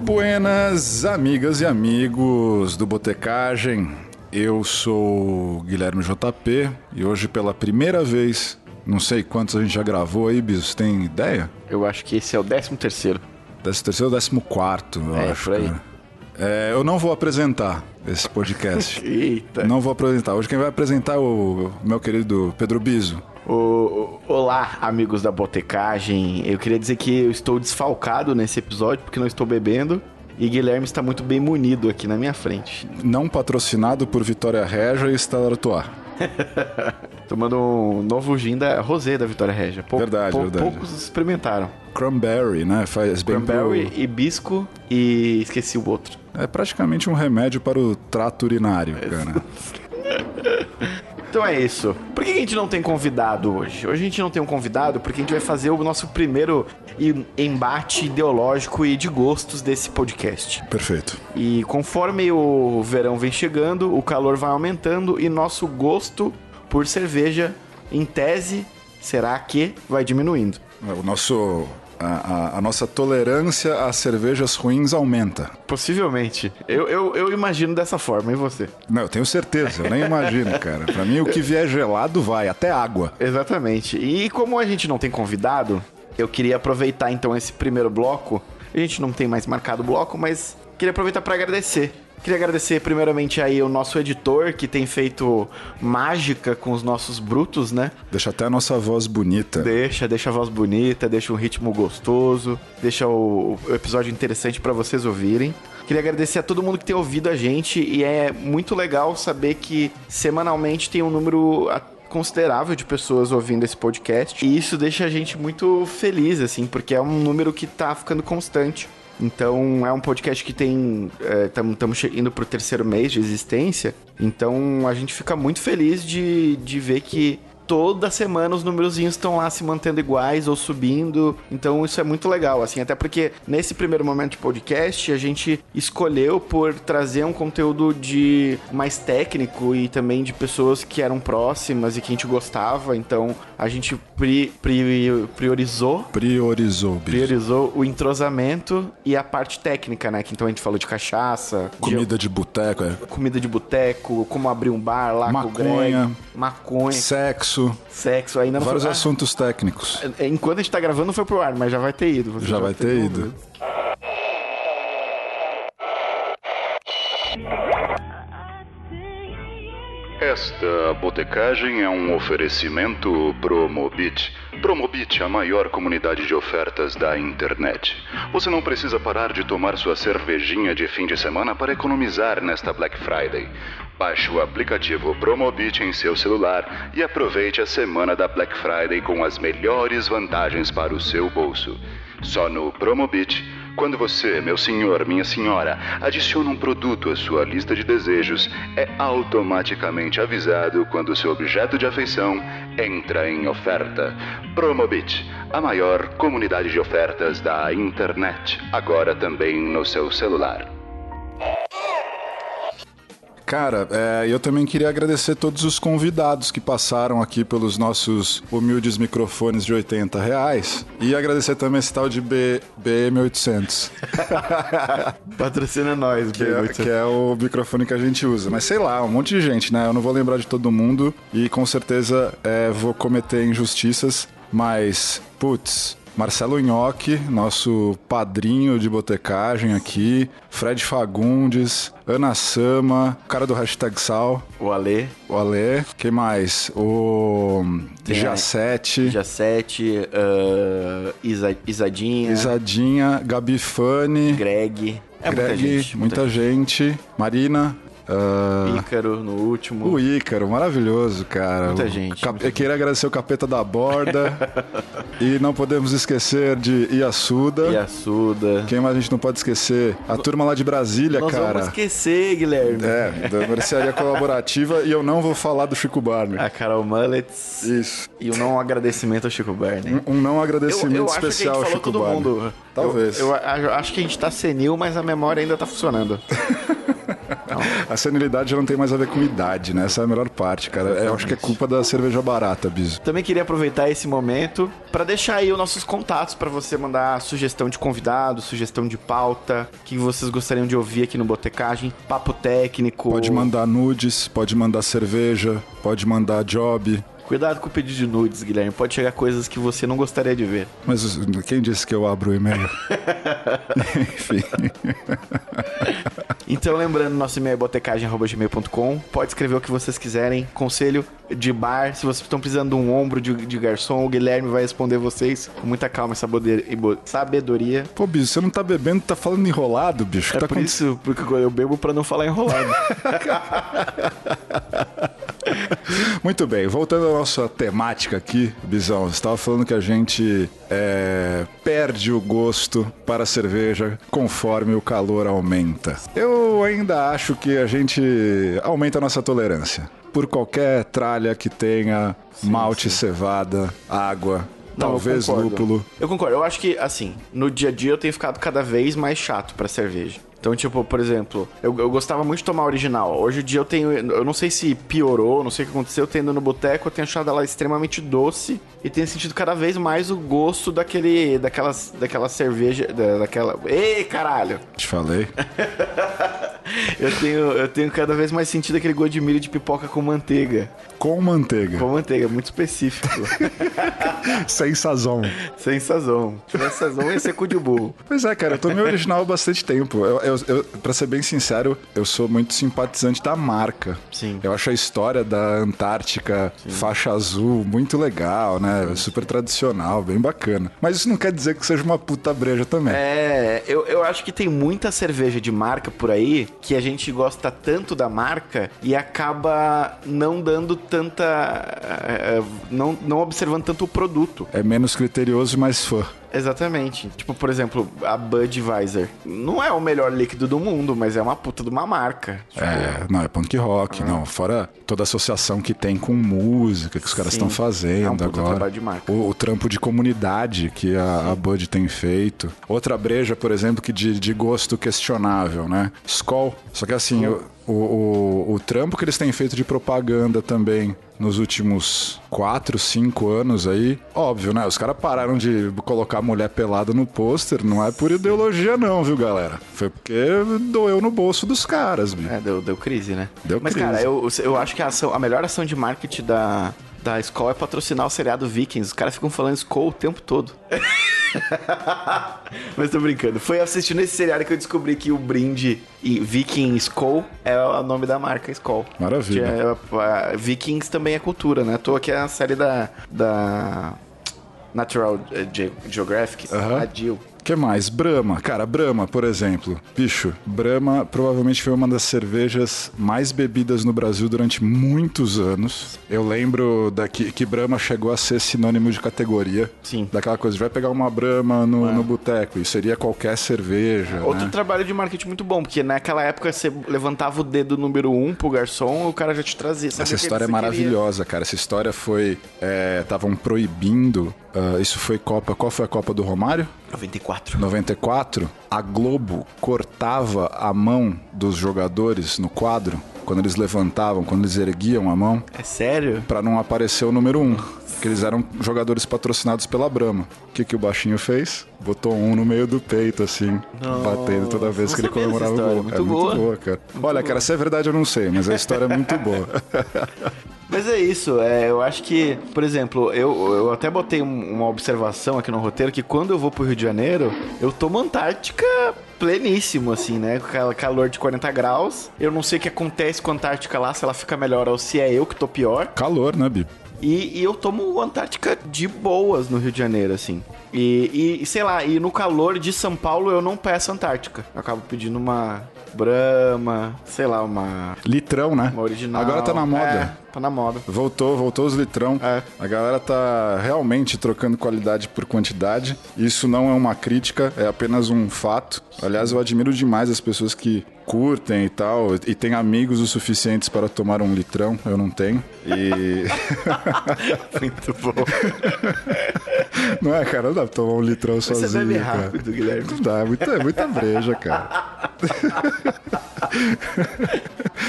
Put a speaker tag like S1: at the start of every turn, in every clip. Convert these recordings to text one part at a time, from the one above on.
S1: Buenas, amigas e amigos do Botecagem. Eu sou o Guilherme JP e hoje pela primeira vez, não sei quantos a gente já gravou aí, Bis, tem ideia?
S2: Eu acho que esse é o décimo terceiro.
S1: Décimo terceiro ou décimo quarto, eu
S2: É,
S1: acho.
S2: por aí.
S1: cara. É, eu não vou apresentar esse podcast.
S2: Eita.
S1: não vou apresentar. Hoje quem vai apresentar é o meu querido Pedro Biso.
S2: O- o- olá, amigos da botecagem. Eu queria dizer que eu estou desfalcado nesse episódio porque não estou bebendo. E Guilherme está muito bem munido aqui na minha frente.
S1: Não patrocinado por Vitória Regia e Estela Artois.
S2: Tomando um novo gin da Rosé da Vitória Regia. Pou-
S1: Verdade, verdade.
S2: Poucos experimentaram.
S1: Cranberry, né? Faz bem pro-
S2: Cranberry, hibisco e esqueci o outro.
S1: É praticamente um remédio para o trato urinário, cara.
S2: Então é isso. Por que a gente não tem convidado hoje? Hoje a gente não tem um convidado porque a gente vai fazer o nosso primeiro em- embate ideológico e de gostos desse podcast.
S1: Perfeito.
S2: E conforme o verão vem chegando, o calor vai aumentando e nosso gosto por cerveja, em tese, será que vai diminuindo.
S1: O nosso, a, a- a nossa tolerância a cervejas ruins aumenta.
S2: Possivelmente. Eu, eu, eu imagino dessa forma, e você?
S1: Não, eu tenho certeza, eu nem imagino, cara. Pra mim, o que vier gelado vai, até água.
S2: Exatamente. E como a gente não tem convidado, eu queria aproveitar então esse primeiro bloco. A gente não tem mais marcado o bloco, mas queria aproveitar para agradecer. Queria agradecer primeiramente aí o nosso editor que tem feito mágica com os nossos brutos, né?
S1: Deixa até a nossa voz bonita.
S2: Deixa, deixa a voz bonita, deixa um ritmo gostoso, deixa o, o episódio interessante pra vocês ouvirem. Queria agradecer a todo mundo que tem ouvido a gente e é muito legal saber que semanalmente tem um número a- considerável de pessoas ouvindo esse podcast e isso deixa a gente muito feliz, assim, porque é um número que tá ficando constante. Então é um podcast que tem. é, Estamos indo pro terceiro mês de existência. Então a gente fica muito feliz de, de ver que toda semana os numerozinhos estão lá se mantendo iguais ou subindo. Então isso é muito legal, assim, até porque nesse primeiro momento de podcast a gente escolheu por trazer um conteúdo de mais técnico e também de pessoas que eram próximas e que a gente gostava. Então a gente pri- pri- priorizou
S1: Priorizou, bicho.
S2: priorizou o entrosamento e a parte técnica, né? Que então a gente falou de cachaça, de
S1: Comida de boteco, é.
S2: comida de boteco, como abrir um bar lá com o
S1: Maconha.
S2: Greg, maconha,
S1: sexo,
S2: sexo, ainda não
S1: vários
S2: foi...
S1: assuntos técnicos.
S2: Ah, é, Enquanto a gente tá gravando, não foi pro ar, mas já né? vai ter ido. você
S1: Já vai ter
S2: um
S1: ido.
S3: Esta botecagem é um oferecimento Promobit. Promobit, é a maior comunidade de ofertas da internet. Você não precisa parar de tomar sua cervejinha de fim de semana para economizar nesta Black Friday. Baixe o aplicativo Promobit em seu celular e aproveite a semana da Black Friday com as melhores vantagens para o seu bolso. Só no Promobit quando você, meu senhor, minha senhora, adiciona um produto à sua lista de desejos, é automaticamente avisado quando seu objeto de afeição entra em oferta. Promobit, a maior comunidade de ofertas da internet, agora também no seu celular.
S1: Cara, é, eu também queria agradecer todos os convidados que passaram aqui pelos nossos humildes microfones de 80 reais. E agradecer também esse tal de B, BM800,
S2: Patrocina nós,
S1: que é,
S2: Bego.
S1: que é o microfone que a gente usa. Mas sei lá, um monte de gente, né? Eu não vou lembrar de todo mundo e com certeza é, vou cometer injustiças, mas, putz. Marcelo Nhoque, nosso padrinho de botecagem aqui, Fred Fagundes, Ana Sama, o cara do hashtag Sal.
S2: O Ale,
S1: O Ale, quem mais? O
S2: Tem a-
S1: Jacete,
S2: dia 7, ah, Isa- Isadinha,
S1: Isadinha, Gabi Fani,
S2: Greg. É muita
S1: Greg,
S2: gente.
S1: muita gente. Marina, ah,
S2: Ícaro no último.
S1: o Ícaro, maravilhoso, cara.
S2: Muita
S1: O
S2: gente,
S1: cap-
S2: muita
S1: eu queria agradecer o Capeta da Borda. e não podemos esquecer de Iassuda.
S2: E a Suda.
S1: Quem mais a gente não pode esquecer? A turma lá de Brasília,
S2: Nós
S1: é, cara.
S2: vamos esquecer, Guilherme.
S1: É, da mercearia colaborativa e eu não vou falar do Chico Barney.
S2: A Carol Mullets.
S1: Isso.
S2: E um não agradecimento ao Chico Barney.
S1: Um não
S2: Eu,
S1: agradecimento
S2: eu acho que a gente
S1: especial
S2: falou
S1: ao Chico
S2: todo
S1: Barney.
S2: mundo.
S1: Talvez.
S2: Eu, eu a- acho que a gente tá senil, mas a memória ainda tá funcionando. É um
S1: A senilidade já não tem mais a ver com idade, né? Essa é a melhor parte, cara. Eu acho que é culpa da cerveja barata, Biso.
S2: Também queria aproveitar esse momento para deixar aí os nossos contatos para você mandar sugestão de convidado, sugestão de pauta, o que vocês gostariam de ouvir aqui no Botecagem, papo técnico.
S1: Pode mandar nudes, pode mandar cerveja, pode mandar job.
S2: Cuidado com o pedido de nudes, Guilherme. Pode chegar coisas que você não gostaria de ver.
S1: Mas os- quem disse que eu abro o e-mail? Enfim.
S2: Então, lembrando, nosso e-mail é botecagem.gmail.com. Pode escrever o que vocês quiserem. Conselho de bar. Se vocês estão precisando de um ombro de, de garçom, o Guilherme vai responder vocês com muita calma e sabode- e bo- sabedoria.
S1: Pô, Biso, você não tá bebendo, tá falando enrolado, bicho. O que
S2: É
S1: tá
S2: por
S1: acontecendo?
S2: isso porque eu bebo pra não falar enrolado.
S1: Muito bem, voltando à nossa temática aqui, Bizão, você estava falando que a gente é, perde o gosto para a cerveja conforme o calor aumenta. Eu ainda acho que a gente aumenta a nossa tolerância por qualquer tralha que tenha malte, cevada, água,
S2: Não, eu
S1: talvez
S2: concordo.
S1: lúpulo.
S2: Eu concordo. Eu acho que, assim, no dia a dia eu tenho ficado cada vez mais chato pra cerveja. Então, tipo, por exemplo, eu, eu gostava muito de tomar original. Hoje em dia eu tenho. Eu não sei se piorou, não sei o que aconteceu. Tendo no boteco, eu tenho achado ela extremamente doce e tenho sentido cada vez mais o gosto daquele. daquelas. daquela cerveja. da- daquela. Ei, caralho!
S1: Te falei.
S2: Eu tenho, eu tenho cada vez mais sentido aquele gosto de milho de pipoca com manteiga.
S1: Com manteiga,
S2: Com manteiga, muito específico.
S1: sem sazon.
S2: Sem sazão. Se tivesse sazão, ia ser cu de burro.
S1: Pois é, cara, eu tomei original há bastante tempo. Eu, eu, eu- pra ser bem sincero, eu sou muito simpatizante da marca.
S2: Sim.
S1: Eu acho a história da Antártica, faixa azul, muito legal, né? Super tradicional, bem bacana. Mas isso não quer dizer que seja uma puta breja também.
S2: É, eu, eu acho que tem muita cerveja de marca por aí que a gente gosta tanto da marca e acaba não dando tanta. eh, eh, não, não observando tanto o produto.
S1: É menos criterioso e mais fã.
S2: Exatamente. Tipo, por exemplo, a Budweiser. Não é o melhor líquido do mundo, mas é uma puta de uma marca.
S1: É, não, é punk
S2: Ah.
S1: rock, não. Fora toda a associação que tem com música que os caras
S2: Sim.
S1: estão
S2: É um
S1: fazendo
S2: puta
S1: agora.
S2: trabalho de marca.
S1: O, o trampo de comunidade que a, a Bud tem feito. Outra breja, por exemplo, que de, de gosto questionável, né? Skol. Só que assim, o, o, o- o trampo que eles têm feito de propaganda também nos últimos 4, 5 anos aí, óbvio, né? Os caras pararam de colocar a mulher pelada no pôster, não é por ideologia não, viu, galera? Foi porque doeu no bolso dos caras, bicho.
S2: É, deu, deu crise, né?
S1: Deu
S2: Mas,
S1: crise.
S2: cara, eu, eu acho que a, ação- a melhor ação de marketing da, da Skol é patrocinar o seriado Vikings. Os caras ficam falando Skol o tempo todo. Mas tô brincando. Foi assistindo esse seriado que eu descobri que o brinde e Viking Skol é o nome da marca Skol.
S1: Maravilha.
S2: Que é- a- Vikings também é cultura, né? Tô aqui é a série da. da Natural eh, Ge- Geographic.
S1: Aham.
S2: A Jill.
S1: que mais? Brahma. Cara, Brahma, por exemplo. Bicho, Brahma provavelmente foi uma das cervejas mais bebidas no Brasil durante muitos anos. Eu lembro daqui, que Brahma chegou a ser sinônimo de categoria.
S2: Sim.
S1: Daquela coisa, de vai pegar uma Brahma no, no boteco. E seria qualquer cerveja,
S2: Outro
S1: né?
S2: trabalho de marketing muito bom, porque naquela época você levantava o dedo número um pro garçom o cara já te trazia. Sabia
S1: Essa
S2: o que
S1: história é
S2: você queria.
S1: maravilhosa, cara. Essa história foi. Estavam proibindo. ah, isso foi Copa. Qual foi a Copa do Romário?
S2: 94.
S1: 94, a Globo cortava a mão dos jogadores no quadro, quando eles levantavam, quando eles erguiam a mão,
S2: É sério?
S1: pra não aparecer o número 1. Porque eles eram jogadores patrocinados pela Brahma. O que, que o baixinho fez? Botou um no meio do peito, assim, batendo toda vez
S2: não
S1: que ele
S2: sabia
S1: comemorava o
S2: dessa história,
S1: gol.
S2: muito
S1: é muito
S2: boa.
S1: boa, cara. Olha, cara, se é verdade eu não sei, mas a história é muito boa.
S2: Mas é isso, é, eu acho que, por exemplo, eu, eu até botei um- uma observação aqui no roteiro que quando eu vou pro Rio de Janeiro, eu tomo Antártica pleníssimo, assim, né? Com aquela calor de 40 graus. Eu não sei o que acontece com a Antártica lá, se ela fica melhor ou se é eu que tô pior.
S1: Calor, né, Bi?
S2: E, e eu tomo Antártica de boas no Rio de Janeiro, assim. E, e, sei lá, e no calor de São Paulo eu não peço Antártica. Eu acabo pedindo uma Brahma, sei lá, uma,
S1: Litrão, né?
S2: uma original.
S1: Agora tá na moda.
S2: É, tá na moda.
S1: Voltou, voltou os litrão.
S2: É.
S1: A galera tá realmente trocando qualidade por quantidade. Isso não é uma crítica, é apenas um fato. Aliás, eu admiro demais as pessoas que curtem e tal, e têm amigos o suficientes para tomar um litrão. Eu não tenho. E.
S2: Muito bom.
S1: não é, cara, não dá pra tomar um litrão sozinho.
S2: bebe
S1: cara.
S2: rápido, Guilherme.
S1: Não dá, é muita, é muita breja, cara.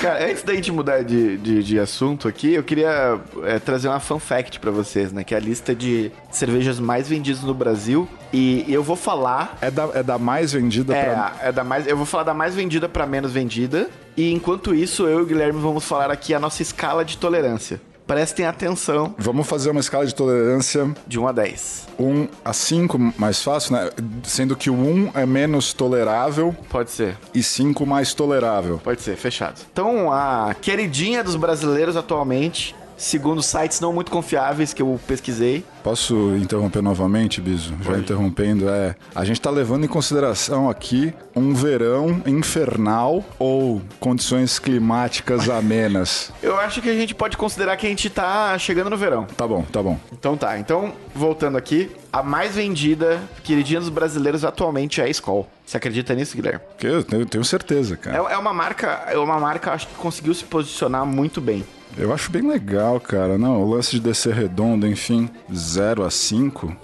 S2: Cara, antes da gente mudar de, de, de assunto aqui, eu queria é, trazer uma fan fact pra vocês, né? Que é a lista de cervejas mais vendidas no Brasil. E eu vou falar.
S1: É da, é da mais vendida
S2: É,
S1: pra.
S2: a- é da mais, eu vou falar da mais vendida pra menos vendida. E enquanto isso, eu e o Guilherme vamos falar aqui a nossa escala de tolerância. Prestem atenção
S1: Vamos fazer uma escala de tolerância
S2: de 1 a 10.
S1: 1 a 5, mais fácil, né? Sendo que o 1 é menos tolerável
S2: Pode ser.
S1: e 5 mais tolerável.
S2: Pode ser, fechado. Então, a queridinha dos brasileiros atualmente, segundo sites não muito confiáveis que eu pesquisei,
S1: Posso interromper novamente, Biso? Já interrompendo, é. A gente tá levando em consideração aqui um verão infernal ou condições climáticas amenas.
S2: eu acho que a gente pode considerar que a gente tá chegando no verão.
S1: Tá bom, tá bom.
S2: Então tá, então, voltando aqui, a mais vendida, queridinha dos brasileiros atualmente é a Skol. Você acredita nisso, Guilherme?
S1: Porque eu tenho, tenho certeza,
S2: É,
S1: cara.
S2: é uma marca, é uma marca, acho que conseguiu se posicionar muito bem.
S1: Eu acho bem legal, cara. Não, o lance de descer redondo, enfim, 0 a 5.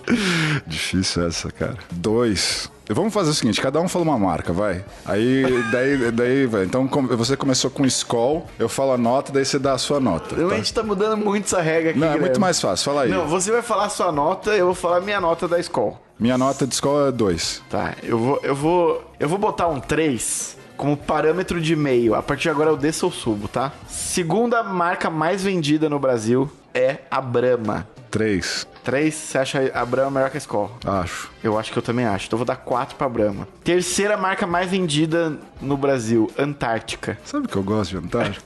S1: Difícil essa, cara. 2. Vamos fazer o seguinte, cada um fala uma marca, vai. Aí, daí, daí, vai. Então, com- você começou com Skol, eu falo a nota, daí você dá a sua nota.
S2: Eu,
S1: tá?
S2: A gente tá mudando muito essa regra aqui,
S1: Não, é
S2: Guilherme.
S1: muito mais fácil, fala aí.
S2: Não, você vai falar a sua nota, eu vou falar a minha nota da Skol.
S1: Minha nota de Skol é 2.
S2: Tá, eu vou, eu vou, eu vou botar um 3 como parâmetro de meio. A partir de agora eu desço ou subo, tá? Segunda marca mais vendida no Brasil é a Brahma.
S1: 3,
S2: 3, você acha a Brahma melhor que a Skol?
S1: acho.
S2: Eu acho que eu também acho. Então eu vou dar 4 pra Brahma. Terceira marca mais vendida no Brasil, Antártica.
S1: Sabe o que eu gosto de Antártica?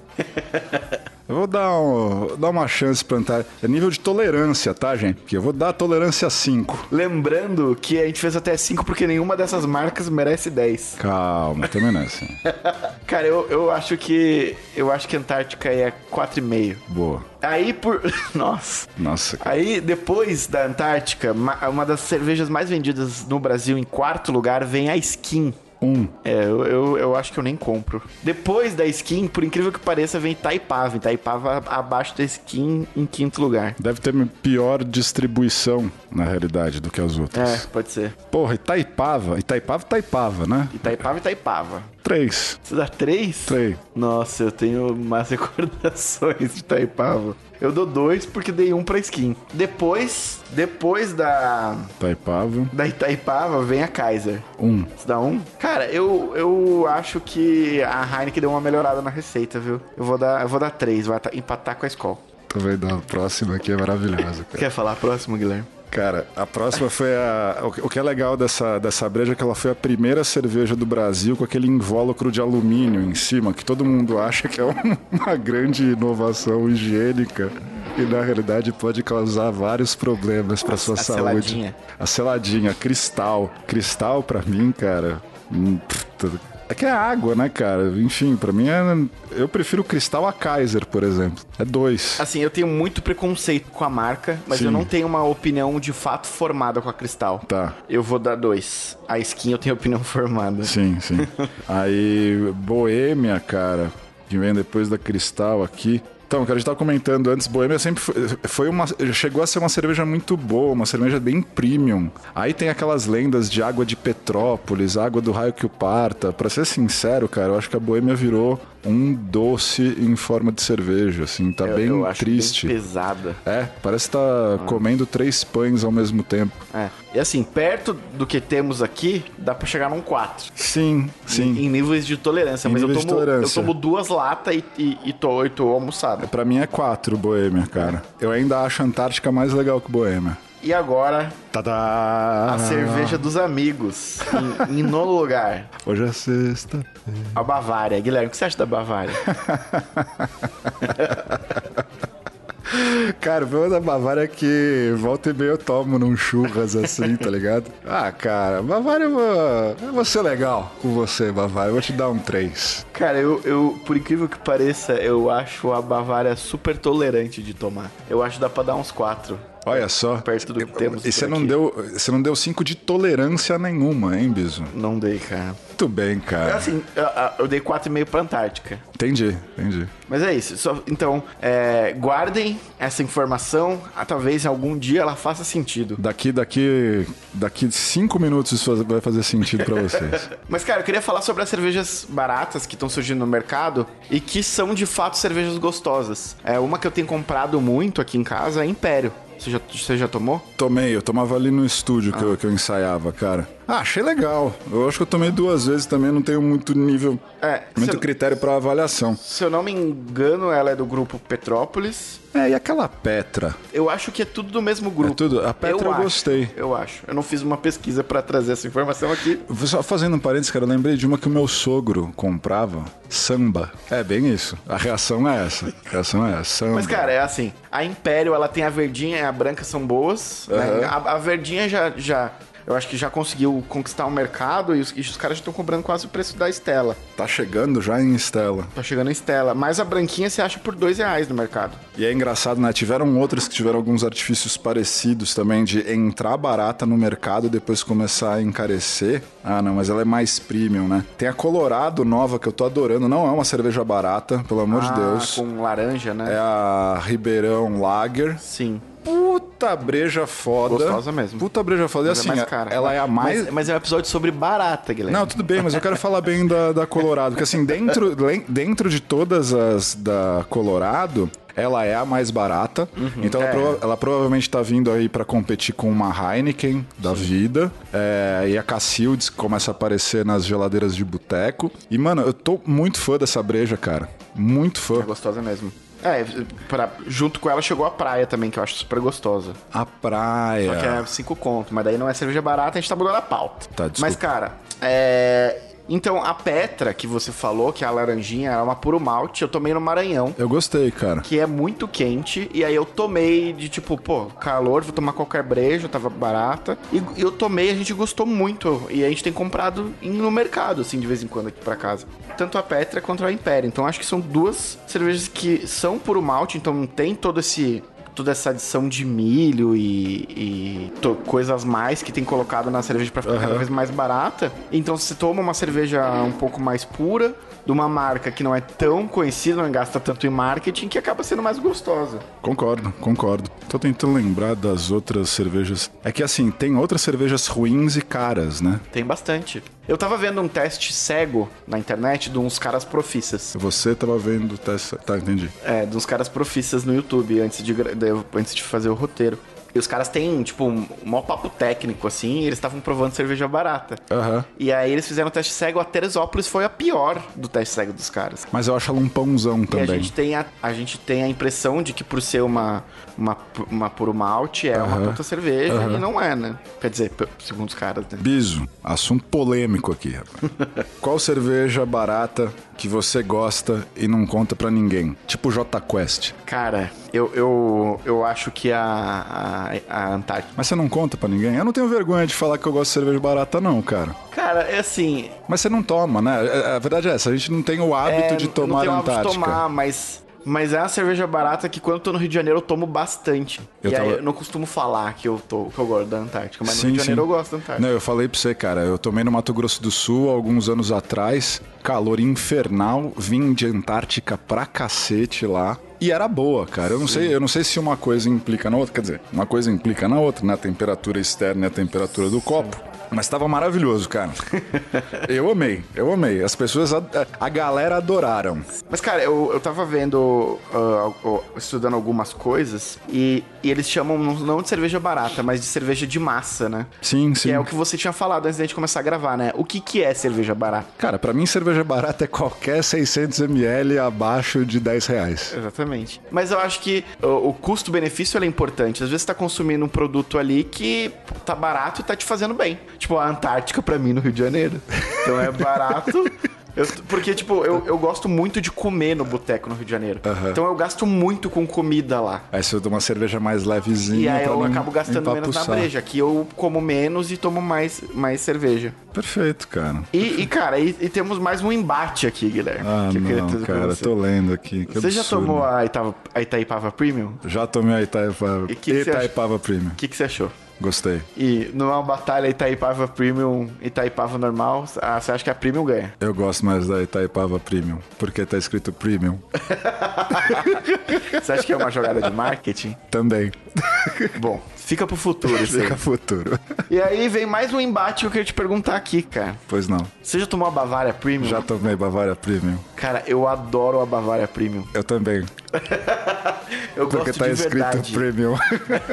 S1: Eu vou dar, um- dar uma chance pra Antártica. É nível de tolerância, tá, gente? Porque eu vou dar tolerância 5.
S2: Lembrando que a gente fez até 5 porque nenhuma dessas marcas merece 10.
S1: Calma, também não é assim.
S2: Cara, eu, eu acho que eu acho que Antártica é 4,5.
S1: Boa.
S2: Aí por nossa,
S1: Nossa, cara.
S2: Aí, depois da Antártica, ma- uma das cervejas mais vendidas no Brasil, em quarto lugar, vem a Skin.
S1: Um.
S2: É, eu, eu, eu acho que eu nem compro. Depois da Skin, por incrível que pareça, vem Taipava. Taipava abaixo da Skin, em quinto lugar.
S1: Deve ter pior distribuição, na realidade, do que as
S2: É,
S1: outras.
S2: pode ser.
S1: Porra, Itaipava. Itaipava, Itaipava, né?
S2: E Taipava e Taipava.
S1: Três.
S2: Você dá três?
S1: Três.
S2: Nossa, eu tenho más recordações de Taipava. Eu dou dois porque dei um pra Skin. Depois, depois da,
S1: Itaipava,
S2: da Itaipava, vem a Kaiser.
S1: um.
S2: Você dá um? Cara, eu, eu acho que a Heineken deu uma melhorada na receita, viu? Eu vou dar, eu vou dar três, vai ta- empatar com a Skol.
S1: Tô vendo a próxima aqui, é maravilhosa, cara.
S2: Quer falar a próxima, Guilherme?
S1: Cara, a próxima foi a. o que- O que é legal dessa, dessa breja é que ela foi a primeira cerveja do Brasil com aquele invólucro de alumínio em cima, que todo mundo acha que é um- uma grande inovação higiênica. E na realidade pode causar vários problemas para sua
S2: A
S1: saúde.
S2: seladinha.
S1: A seladinha, cristal. Cristal pra mim, cara. hum, puta, É que é água, né, cara? Enfim, pra mim é. Eu prefiro cristal a Kaiser, por exemplo. É dois.
S2: Assim, eu tenho muito preconceito com a marca, mas
S1: Sim.
S2: eu não tenho uma opinião de fato formada com a Cristal.
S1: Tá.
S2: Eu vou dar dois. A Skin eu tenho opinião formada.
S1: Sim, sim. Aí, Boêmia, cara, que vem depois da Cristal aqui. Então, cara, a gente tava comentando antes, Boêmia sempre foi, foi uma. Chegou a ser uma cerveja muito boa, uma cerveja bem premium. Aí tem aquelas lendas de água de Petrópolis, água do raio que o parta. Pra ser sincero, cara, eu acho que a Boêmia virou um doce em forma de cerveja, assim, tá
S2: Eu-
S1: bem
S2: eu acho
S1: triste.
S2: Bem Ah. pesada.
S1: é, parece que tá comendo três pães ao mesmo tempo.
S2: É. E assim, perto do que temos aqui, dá pra chegar num 4.
S1: Sim, sim.
S2: Em níveis de tolerância,
S1: Em
S2: mas eu
S1: níveis
S2: tomo,
S1: de tolerância.
S2: eu tomo duas latas e, e, e tô, e tô almoçado.
S1: Pra mim é 4 Boêmia, cara. Eu ainda acho a Antártica mais legal que Boêmia.
S2: E agora,
S1: Tadá!
S2: a cerveja dos amigos. Em, em nono lugar,
S1: Hoje é sexta.
S2: a Bavária. Guilherme, o que você acha da Bavária?
S1: Cara, o problema da Bavária é que volta e meia eu tomo num churras assim, tá ligado? Ah, cara, Bavária, eu vou, eu vou ser legal com você, Bavária. Eu vou te dar um 3.
S2: Cara, eu, eu, por incrível que pareça, eu acho a Bavária super tolerante de tomar. Eu acho que dá pra dar uns quatro.
S1: Olha só.
S2: Perto do que temos
S1: E você
S2: por
S1: não
S2: aqui.
S1: deu, você não deu 5 de tolerância nenhuma, hein, Biso?
S2: Não dei, cara.
S1: Muito bem, cara.
S2: Assim, eu- eu- eu dei 4,5 pra Antártica.
S1: Entendi, entendi.
S2: Mas é isso. Só- então, é, guardem essa informação. Ah, talvez algum dia ela faça sentido.
S1: Daqui, daqui, daqui cinco minutos isso vai fazer sentido pra vocês.
S2: Mas, cara, eu queria falar sobre as cervejas baratas que estão surgindo no mercado e que são de fato cervejas gostosas. É uma que eu tenho comprado muito aqui em casa é Império. Você já, você já tomou?
S1: Tomei, eu tomava ali no estúdio
S2: Ah.
S1: que, eu, que eu ensaiava, cara. Ah, achei legal. Eu acho que eu tomei duas vezes também, não tenho muito nível,
S2: É,
S1: muito
S2: cê-
S1: critério pra avaliação.
S2: Se eu não me engano, ela é do grupo Petrópolis.
S1: É, e aquela Petra?
S2: Eu acho que é tudo do mesmo grupo.
S1: É tudo? A Petra eu
S2: acho,
S1: gostei.
S2: Eu acho. Eu não fiz uma pesquisa pra trazer essa informação aqui.
S1: Só fazendo um parênteses, cara, eu lembrei de uma que o meu sogro comprava, samba. É bem isso. A reação é essa. A reação é essa, samba.
S2: Mas, cara, é assim. A Império, ela tem a verdinha e a branca são boas. né? A, a verdinha já, já... Eu acho que já conseguiu conquistar o mercado e os, e os caras já estão cobrando quase o preço da Estela.
S1: tá chegando já em Estela.
S2: Tá chegando a Estela. Mas a branquinha você acha por dois reais no mercado.
S1: E é engraçado, né? Tiveram outras que tiveram alguns artifícios parecidos também de entrar barata no mercado e depois começar a encarecer. Ah, não, mas ela é mais premium, né? Tem a Colorado nova que eu tô adorando. Não é uma cerveja barata, pelo amor de
S2: Ah,
S1: Deus.
S2: Com laranja, né?
S1: É a Ribeirão Lager.
S2: Sim.
S1: Puta breja foda.
S2: Gostosa mesmo.
S1: Puta breja foda. E
S2: Mas
S1: assim,
S2: é mais cara.
S1: ela é a mais.
S2: Mas, mas é um episódio sobre barata, Guilherme.
S1: Não, tudo bem, mas eu quero falar bem da, da Colorado. Porque assim, dentro, len- dentro de todas as da Colorado, ela é a mais barata.
S2: Uhum.
S1: então
S2: É.
S1: ela, prova- ela provavelmente tá vindo aí pra competir com uma Heineken da vida. É, e a Cassildes começa a aparecer nas geladeiras de boteco. E, mano, eu tô muito fã dessa breja, cara. Muito fã.
S2: É gostosa mesmo. É, pra- junto com ela chegou a praia também, que eu acho super gostosa.
S1: A praia.
S2: Só que é 5 conto, mas daí não é cerveja barata, a gente tá mudando a pauta.
S1: Tá, desculpa.
S2: Mas, cara, é... Então, a Petra que você falou, que é a laranjinha, era uma puro malte, eu tomei no Maranhão,
S1: Eu gostei, cara.
S2: que é muito quente, e aí eu tomei de tipo, pô, calor, vou tomar qualquer breja, tava barata. E eu tomei, a gente gostou muito, e a gente tem comprado em- no mercado, assim, de vez em quando aqui pra casa. Tanto a Petra quanto a Império. Então, acho que são duas cervejas que são puro malte, então não tem todo esse toda essa adição de milho e, e to- coisas mais que tem colocado na cerveja pra ficar cada vez mais barata. Então se você toma uma cerveja um pouco mais pura, de uma marca que não é tão conhecida, não gasta tanto em marketing, que acaba sendo mais gostosa.
S1: Concordo, concordo. Tô tentando lembrar das outras cervejas. É que assim, tem outras cervejas ruins e caras, né?
S2: Tem bastante. Eu tava vendo um teste cego na internet de uns caras profissas.
S1: Você tava vendo o teste. Tá, entendi.
S2: É, de uns caras profissas no YouTube antes de, gra- de- antes de fazer o roteiro. E os caras têm, tipo, um maior papo técnico, assim, e eles estavam provando cerveja barata.
S1: Aham.
S2: E aí eles fizeram o teste cego, a Teresópolis foi a pior do teste cego dos caras.
S1: Mas eu acho ela um pãozão
S2: E a
S1: também.
S2: gente, tem a, a gente tem a impressão de que por ser uma, uma, uma puro malte é uma puta cerveja e não é, né? Quer dizer, p- segundo os caras, né?
S1: Biso, assunto polêmico aqui, rapaz. Qual cerveja barata que você gosta e não conta pra ninguém? Tipo J Quest.
S2: Cara, eu, eu, eu acho que a, a, a Antártica.
S1: Mas você não conta pra ninguém? Eu não tenho vergonha de falar que eu gosto de cerveja barata, não, cara.
S2: Cara, é assim.
S1: Mas você não toma, né? A a verdade é essa, a gente não tem o hábito
S2: é,
S1: de
S2: eu
S1: tomar
S2: não tenho hábito de
S1: Antártica.
S2: tomar, mas. Mas é uma cerveja barata que quando eu tô no Rio de Janeiro eu tomo bastante.
S1: Eu
S2: e aí
S1: tava-
S2: eu não costumo falar que eu, tô, que eu gosto da Antártica, mas
S1: Sim,
S2: no Rio de Janeiro
S1: sim.
S2: eu gosto da Antártica.
S1: Não, eu falei pra você, cara. Eu tomei no Mato Grosso do Sul alguns anos atrás. Calor infernal. Vim de Antártica pra cacete lá. E era boa, cara. Eu não, sei, eu não sei se uma coisa implica na outra. Quer dizer, uma coisa implica na outra, né? A temperatura externa e a temperatura do copo. Mas tava maravilhoso, cara. eu amei, eu amei. As pessoas, a, a galera adoraram.
S2: Mas, cara, eu, eu tava vendo, ah, o- estudando algumas coisas, e, e eles chamam não- não de cerveja barata, mas de cerveja de massa, né?
S1: Sim, sim.
S2: Que é o que você tinha falado antes da gente começar a gravar, né? O que, que é cerveja barata?
S1: Cara, pra mim, cerveja barata é qualquer 600ml abaixo de 10 reais.
S2: Exatamente. Mas eu acho que o, o custo-benefício ele é importante. Às vezes você tá consumindo um produto ali que tá barato e tá te fazendo bem. Tipo a Antártica pra mim no Rio de Janeiro. Então é barato. Eu- porque, tipo, eu, eu gosto muito de comer no boteco no Rio de Janeiro.
S1: Aham.
S2: Então eu gasto muito com comida lá.
S1: Aí você toma uma cerveja mais levezinha.
S2: E aí
S1: pra
S2: eu
S1: não
S2: acabo gastando menos na
S1: empapuçar.
S2: breja, que eu como menos e tomo mais, mais cerveja.
S1: Perfeito, cara.
S2: E, e, cara, e, e temos mais um embate aqui, Guilherme.
S1: Ah,
S2: que eu queria
S1: não,
S2: trazer pra
S1: cara,
S2: você.
S1: tô lendo aqui. que
S2: Você já
S1: absurdo.
S2: tomou a, Itava, a Itaipava Premium?
S1: Já tomei a Itaipava,
S2: E que que você acha?
S1: Itaipava Premium.
S2: O que, que você achou?
S1: Gostei.
S2: E numa batalha Itaipava Premium, Itaipava normal, ah, você acha que a Premium ganha?
S1: Eu gosto mais da Itaipava Premium, porque tá escrito Premium
S2: Você acha que é uma jogada de marketing?
S1: também.
S2: Bom, fica pro futuro isso aí.
S1: Fica futuro.
S2: E aí vem mais um embate que eu queria te perguntar aqui, cara.
S1: Pois não.
S2: Você já tomou a Bavária Premium?
S1: Já tomei Bavária Premium.
S2: Cara, eu adoro a Bavária Premium.
S1: Eu também,
S2: Eu
S1: porque
S2: gosto
S1: tá
S2: de
S1: escrito
S2: verdade.
S1: Premium.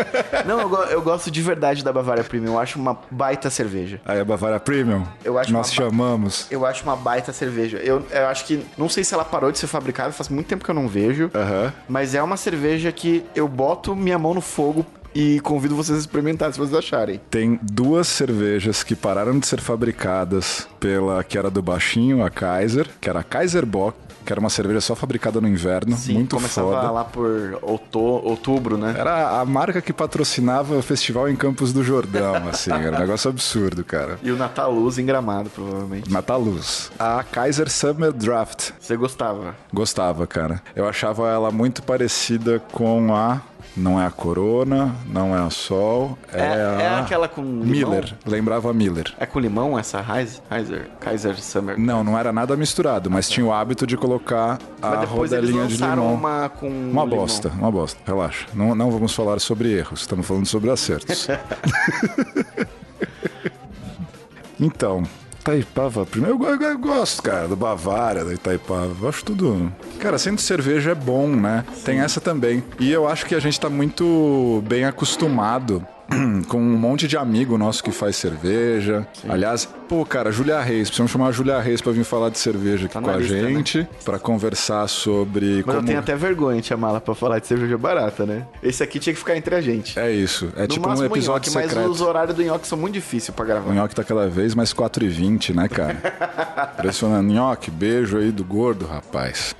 S2: Não, eu, go- eu gosto de verdade da Bavária Premium. Eu acho uma baita cerveja.
S1: Aí a Bavária Premium,
S2: Eu acho
S1: nós
S2: uma-
S1: chamamos.
S2: Eu acho uma baita cerveja. Eu, eu acho que. Não sei se ela parou de ser fabricada, faz muito tempo que eu não vejo.
S1: Aham.
S2: Mas é uma cerveja que eu boto minha mão no fogo e convido vocês a experimentar, se vocês acharem.
S1: Tem duas cervejas que pararam de ser fabricadas pela que era do baixinho, a Kaiser, que era a Kaiser Bock, que era uma cerveja só fabricada no inverno, muito
S2: começava
S1: foda.
S2: lá por outo- outubro, né?
S1: Era a marca que patrocinava o festival em Campos do Jordão, assim, era um negócio absurdo, cara.
S2: E o Natal Luz em Gramado, provavelmente.
S1: Nataluz. A Kaiser Summer Draft.
S2: Você gostava?
S1: Gostava, cara. Eu achava ela muito parecida com a. Não é a Corona, não é a Sol. É, a...
S2: É- é aquela com limão?
S1: Miller. Lembrava a Miller.
S2: É com limão essa Heis- Heiser? Kaiser Summer?
S1: Não, não era nada misturado, mas tinha o hábito de colocar a
S2: Ah, tá. Mas depois eles
S1: rodelinha de
S2: lançaram
S1: limão.
S2: uma com
S1: Uma
S2: limão.
S1: bosta, uma bosta. Relaxa. Não, não vamos falar sobre erros, estamos falando sobre acertos. então, Itaipava, primeiro eu, eu- eu gosto, cara, do Bavária, da Itaipava. Eu acho tudo. Cara, sendo cerveja é bom, né? Tem essa também. E eu acho que a gente tá muito bem acostumado. Com um monte de amigo nosso que faz cerveja. Aliás, pô, cara, Julia Reis, precisamos chamar a Julia Reis pra vir falar de cerveja aqui
S2: Tá na
S1: com a
S2: lista, né?
S1: gente, pra conversar sobre
S2: Mas eu
S1: como- é?
S2: tenho até vergonha de chamar ela pra falar de cerveja barata, né? Esse aqui tinha que ficar entre a gente.
S1: É isso. É
S2: No
S1: tipo um
S2: máximo o
S1: episódio
S2: nhoque,
S1: secreto.
S2: Mas os horários do nhoque são muito difíceis pra
S1: O
S2: gravar.
S1: nhoque tá cada vez mais 4,20, né, cara? Impressionante. Nhoque, beijo aí do gordo, rapaz.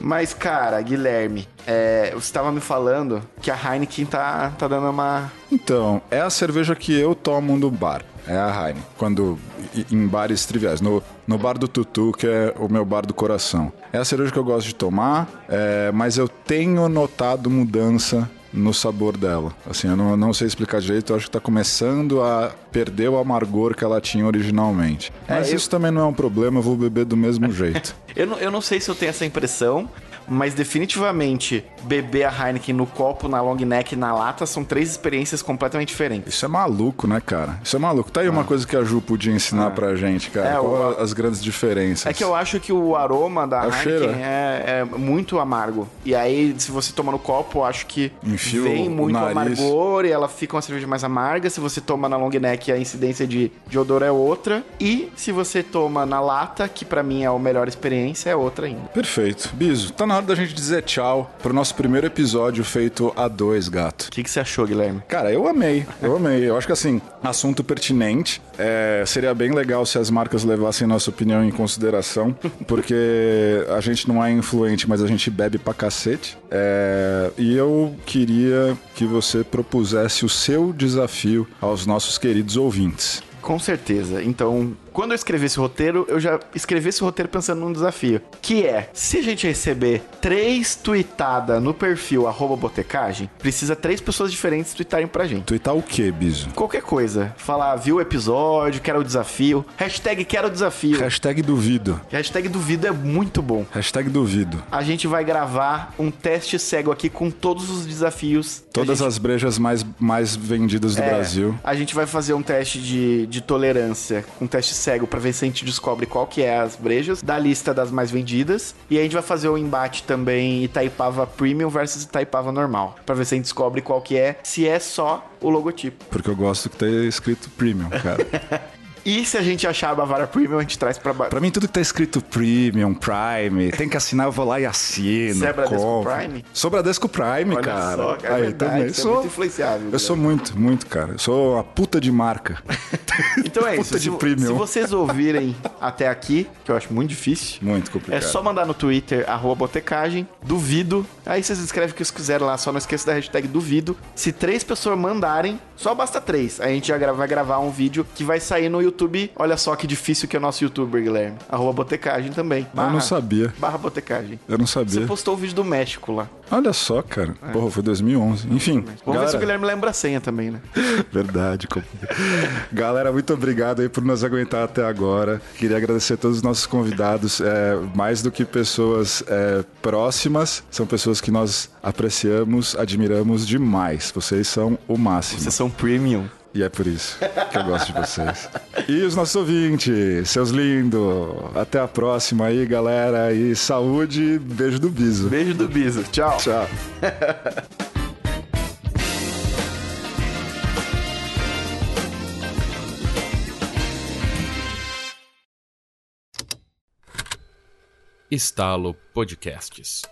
S2: Mas, cara, Guilherme, é, você tava me falando que a Heineken tá, tá dando uma...
S1: Então, é a cerveja que eu tomo no bar. É a Heine. Quando. i- Em bares triviais. No, no bar do Tutu, que é o meu bar do coração. É a cerveja que eu gosto de tomar, é, mas eu tenho notado mudança no sabor dela. Assim, eu não, não sei explicar direito, eu acho que tá começando a perder o amargor que ela tinha originalmente. Mas
S2: eu-
S1: isso também não é um problema, eu vou beber do mesmo jeito.
S2: Eu não, eu não sei se eu tenho essa impressão, mas definitivamente beber a Heineken no copo, na long neck e na lata são três experiências completamente diferentes.
S1: Isso é maluco, né, cara? Isso é maluco. Tá aí uma coisa que a Ju podia ensinar pra gente, cara.
S2: Ah. É,
S1: Qual
S2: o-
S1: as grandes diferenças?
S2: É que eu acho que o aroma da
S1: É o
S2: Heineken
S1: cheiro,
S2: é, é muito amargo. E aí, se você toma no copo, eu acho que
S1: Enfia o-
S2: vem
S1: o
S2: muito
S1: nariz.
S2: amargor e ela fica uma cerveja mais amarga. Se você toma na long neck, a incidência de, de odor é outra. E se você toma na lata, que pra mim é a melhor experiência, é outra ainda.
S1: Perfeito. Biso, tá na hora da gente dizer tchau pro nosso primeiro episódio feito a dois, gato.
S2: O que, que você achou, Guilherme?
S1: Cara, eu amei, eu amei. Eu acho que assim, assunto pertinente. É, seria bem legal se as marcas levassem nossa opinião em consideração, porque a gente não é influente, mas a gente bebe pra cacete. É, e eu queria que você propusesse o seu desafio aos nossos queridos ouvintes.
S2: Com certeza. Então, quando eu escrevi esse roteiro, eu já escrevi esse roteiro pensando num desafio. Que é, se a gente receber três tweetadas no perfil arroba botecagem, precisa três pessoas diferentes tweetarem pra gente.
S1: Tuitar tá o quê, Biso?
S2: Qualquer coisa. Falar, "Ah, viu o episódio, quero o desafio. Hashtag quero o desafio.
S1: Hashtag duvido.
S2: Hashtag duvido é muito bom.
S1: Hashtag duvido.
S2: A gente vai gravar um teste cego aqui com todos os desafios. que
S1: Todas
S2: a gente...
S1: as brejas mais, mais vendidas do
S2: É,
S1: Brasil.
S2: A gente vai fazer um teste de, de tolerância, um teste cego pra ver se a gente descobre qual que é as brejas da lista das mais vendidas. E a gente vai fazer o embate também Itaipava Premium versus Itaipava Normal, Pra ver se a gente descobre qual que é, se é só o logotipo.
S1: Porque eu gosto que tá escrito premium, cara.
S2: E se a gente achar a Bavara Premium, a gente traz pra... ba-
S1: Pra mim, tudo que tá escrito Premium, Prime, tem que assinar, eu vou lá e assino.
S2: Você é Bradesco
S1: compro.
S2: Prime?
S1: Sou Bradesco Prime,
S2: Olha
S1: cara. tá
S2: só, cara, é verdade, você é muito influenciável,
S1: Eu
S2: cara.
S1: sou muito, muito, cara. Eu sou uma puta de marca.
S2: Então é
S1: Puta
S2: isso.
S1: de
S2: se, vo-
S1: premium.
S2: se vocês ouvirem até aqui, que eu acho muito difícil.
S1: Muito complicado.
S2: É só mandar no Twitter, arroba botecagem, duvido. Aí vocês escrevem o que vocês quiserem lá, só não esqueça da hashtag duvido. Se três pessoas mandarem, só basta três. Aí a gente já gra- vai gravar um vídeo que vai sair no YouTube. Olha só que difícil que é o nosso youtuber, Guilherme. Arroba botecagem também.
S1: Eu não sabia.
S2: Barra botecagem.
S1: Eu não
S2: Ah. Você
S1: sabia.
S2: postou o vídeo do México lá.
S1: Olha só, cara. Porra, foi 2011. Enfim.
S2: Vamos ver se o
S1: galera-
S2: Guilherme lembra a senha também, né?
S1: Verdade. como- Galera, muito obrigado aí por nos aguentar até agora. Queria agradecer a todos os nossos convidados, é, mais do que pessoas é, próximas, são pessoas que nós apreciamos, admiramos demais. Vocês são o máximo.
S2: Vocês são premium.
S1: E é por isso que eu gosto de vocês. E os nossos ouvintes, seus lindos. Até a próxima aí, galera. E saúde, beijo do biso.
S2: Beijo do Biso. Tchau.
S1: Tchau.
S4: Estalo Podcasts.